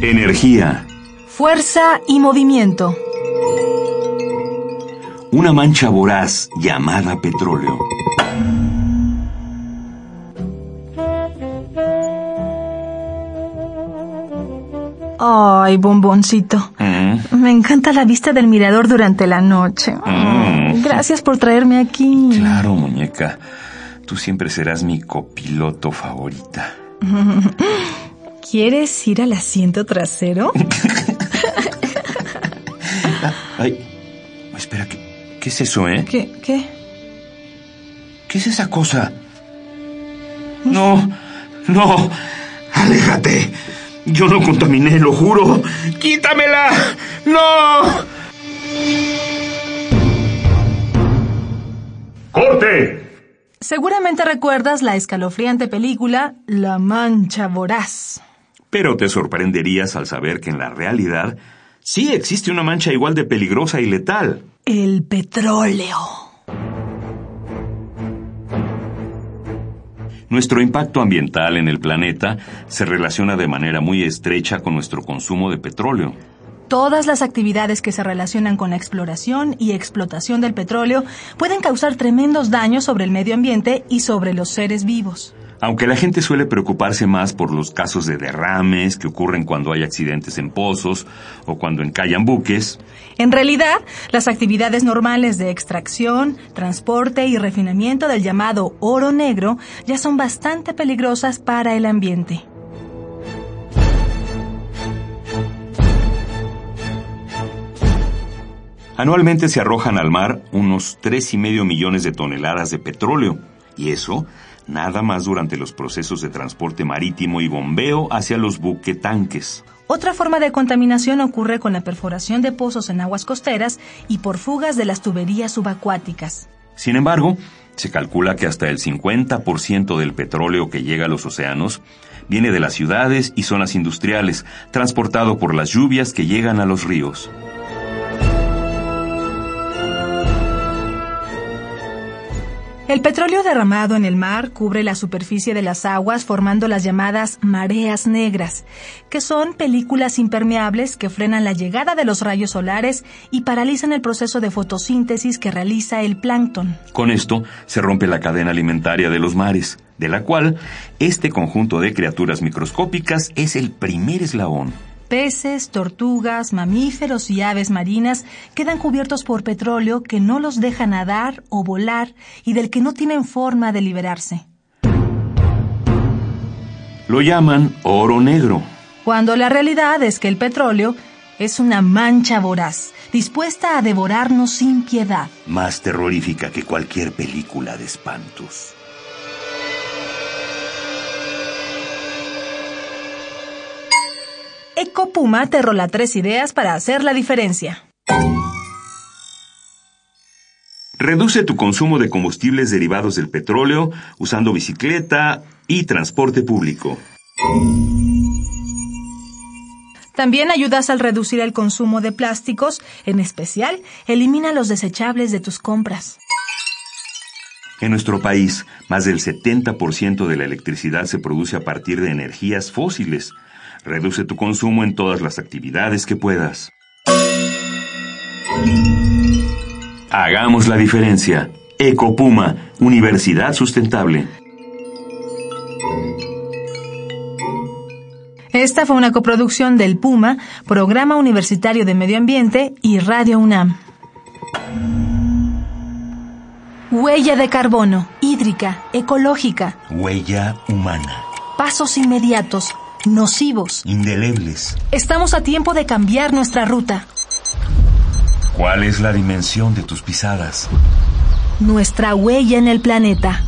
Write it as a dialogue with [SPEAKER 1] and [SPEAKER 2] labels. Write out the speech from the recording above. [SPEAKER 1] Energía.
[SPEAKER 2] Fuerza y movimiento.
[SPEAKER 1] Una mancha voraz llamada petróleo.
[SPEAKER 2] Ay, bomboncito. Me encanta la vista del mirador durante la noche.
[SPEAKER 1] Mm.
[SPEAKER 2] Gracias por traerme aquí.
[SPEAKER 1] Claro, muñeca. Tú siempre serás mi copiloto favorita.
[SPEAKER 2] ¿Quieres ir al asiento trasero?
[SPEAKER 1] Ay. Espera, ¿qué, qué es eso, eh?
[SPEAKER 2] ¿Qué? ¿Qué?
[SPEAKER 1] ¿Qué es esa cosa? No, no. Aléjate. Yo no contaminé, lo juro. Quítamela. No.
[SPEAKER 3] ¡Corte!
[SPEAKER 2] Seguramente recuerdas la escalofriante película La Mancha Voraz.
[SPEAKER 1] Pero te sorprenderías al saber que en la realidad sí existe una mancha igual de peligrosa y letal.
[SPEAKER 2] El petróleo.
[SPEAKER 1] Nuestro impacto ambiental en el planeta se relaciona de manera muy estrecha con nuestro consumo de petróleo.
[SPEAKER 2] Todas las actividades que se relacionan con la exploración y explotación del petróleo pueden causar tremendos daños sobre el medio ambiente y sobre los seres vivos.
[SPEAKER 1] Aunque la gente suele preocuparse más por los casos de derrames que ocurren cuando hay accidentes en pozos o cuando encallan buques,
[SPEAKER 2] En realidad, las actividades normales de extracción, transporte y refinamiento del llamado oro negro ya son bastante peligrosas para el ambiente.
[SPEAKER 1] anualmente se arrojan al mar unos 3,5 millones de toneladas de petróleo. Y eso, nada más durante los procesos de transporte marítimo y bombeo hacia los buquetanques.
[SPEAKER 2] Otra forma de contaminación ocurre con la perforación de pozos en aguas costeras y por fugas de las tuberías subacuáticas.
[SPEAKER 1] Sin embargo, se calcula que hasta el 50% del petróleo que llega a los océanos viene de las ciudades y zonas industriales, transportado por las lluvias que llegan a los ríos.
[SPEAKER 2] El petróleo derramado en el mar cubre la superficie de las aguas formando las llamadas mareas negras, que son películas impermeables que frenan la llegada de los rayos solares y paralizan el proceso de fotosíntesis que realiza el plancton.
[SPEAKER 1] Con esto se rompe la cadena alimentaria de los mares, de la cual este conjunto de criaturas microscópicas es el primer eslabón.
[SPEAKER 2] Peces, tortugas, mamíferos y aves marinas quedan cubiertos por petróleo que no los deja nadar o volar y del que no tienen forma de liberarse.
[SPEAKER 1] Lo llaman oro negro.
[SPEAKER 2] cuando la realidad es que el petróleo es una mancha voraz, dispuesta a devorarnos sin piedad.
[SPEAKER 1] más terrorífica que cualquier película de espantos.
[SPEAKER 2] Eco Puma te rola tres ideas para hacer la diferencia.
[SPEAKER 1] Reduce tu consumo de combustibles derivados del petróleo usando bicicleta y transporte público.
[SPEAKER 2] También ayudas al reducir el consumo de plásticos, en especial, elimina los desechables de tus compras.
[SPEAKER 1] En nuestro país, más del 70% de la electricidad se produce a partir de energías fósiles. Reduce tu consumo en todas las actividades que puedas. Hagamos la diferencia. Ecopuma, Universidad Sustentable.
[SPEAKER 2] Esta fue una coproducción del Puma, Programa Universitario de Medio Ambiente y Radio UNAM. Huella de carbono, hídrica, ecológica,
[SPEAKER 4] Huella humana.
[SPEAKER 2] pasos inmediatos, nocivos.
[SPEAKER 4] Indelebles.
[SPEAKER 2] Estamos a tiempo de cambiar nuestra ruta,
[SPEAKER 4] ¿Cuál es la dimensión de tus pisadas?
[SPEAKER 2] nuestra huella en el planeta.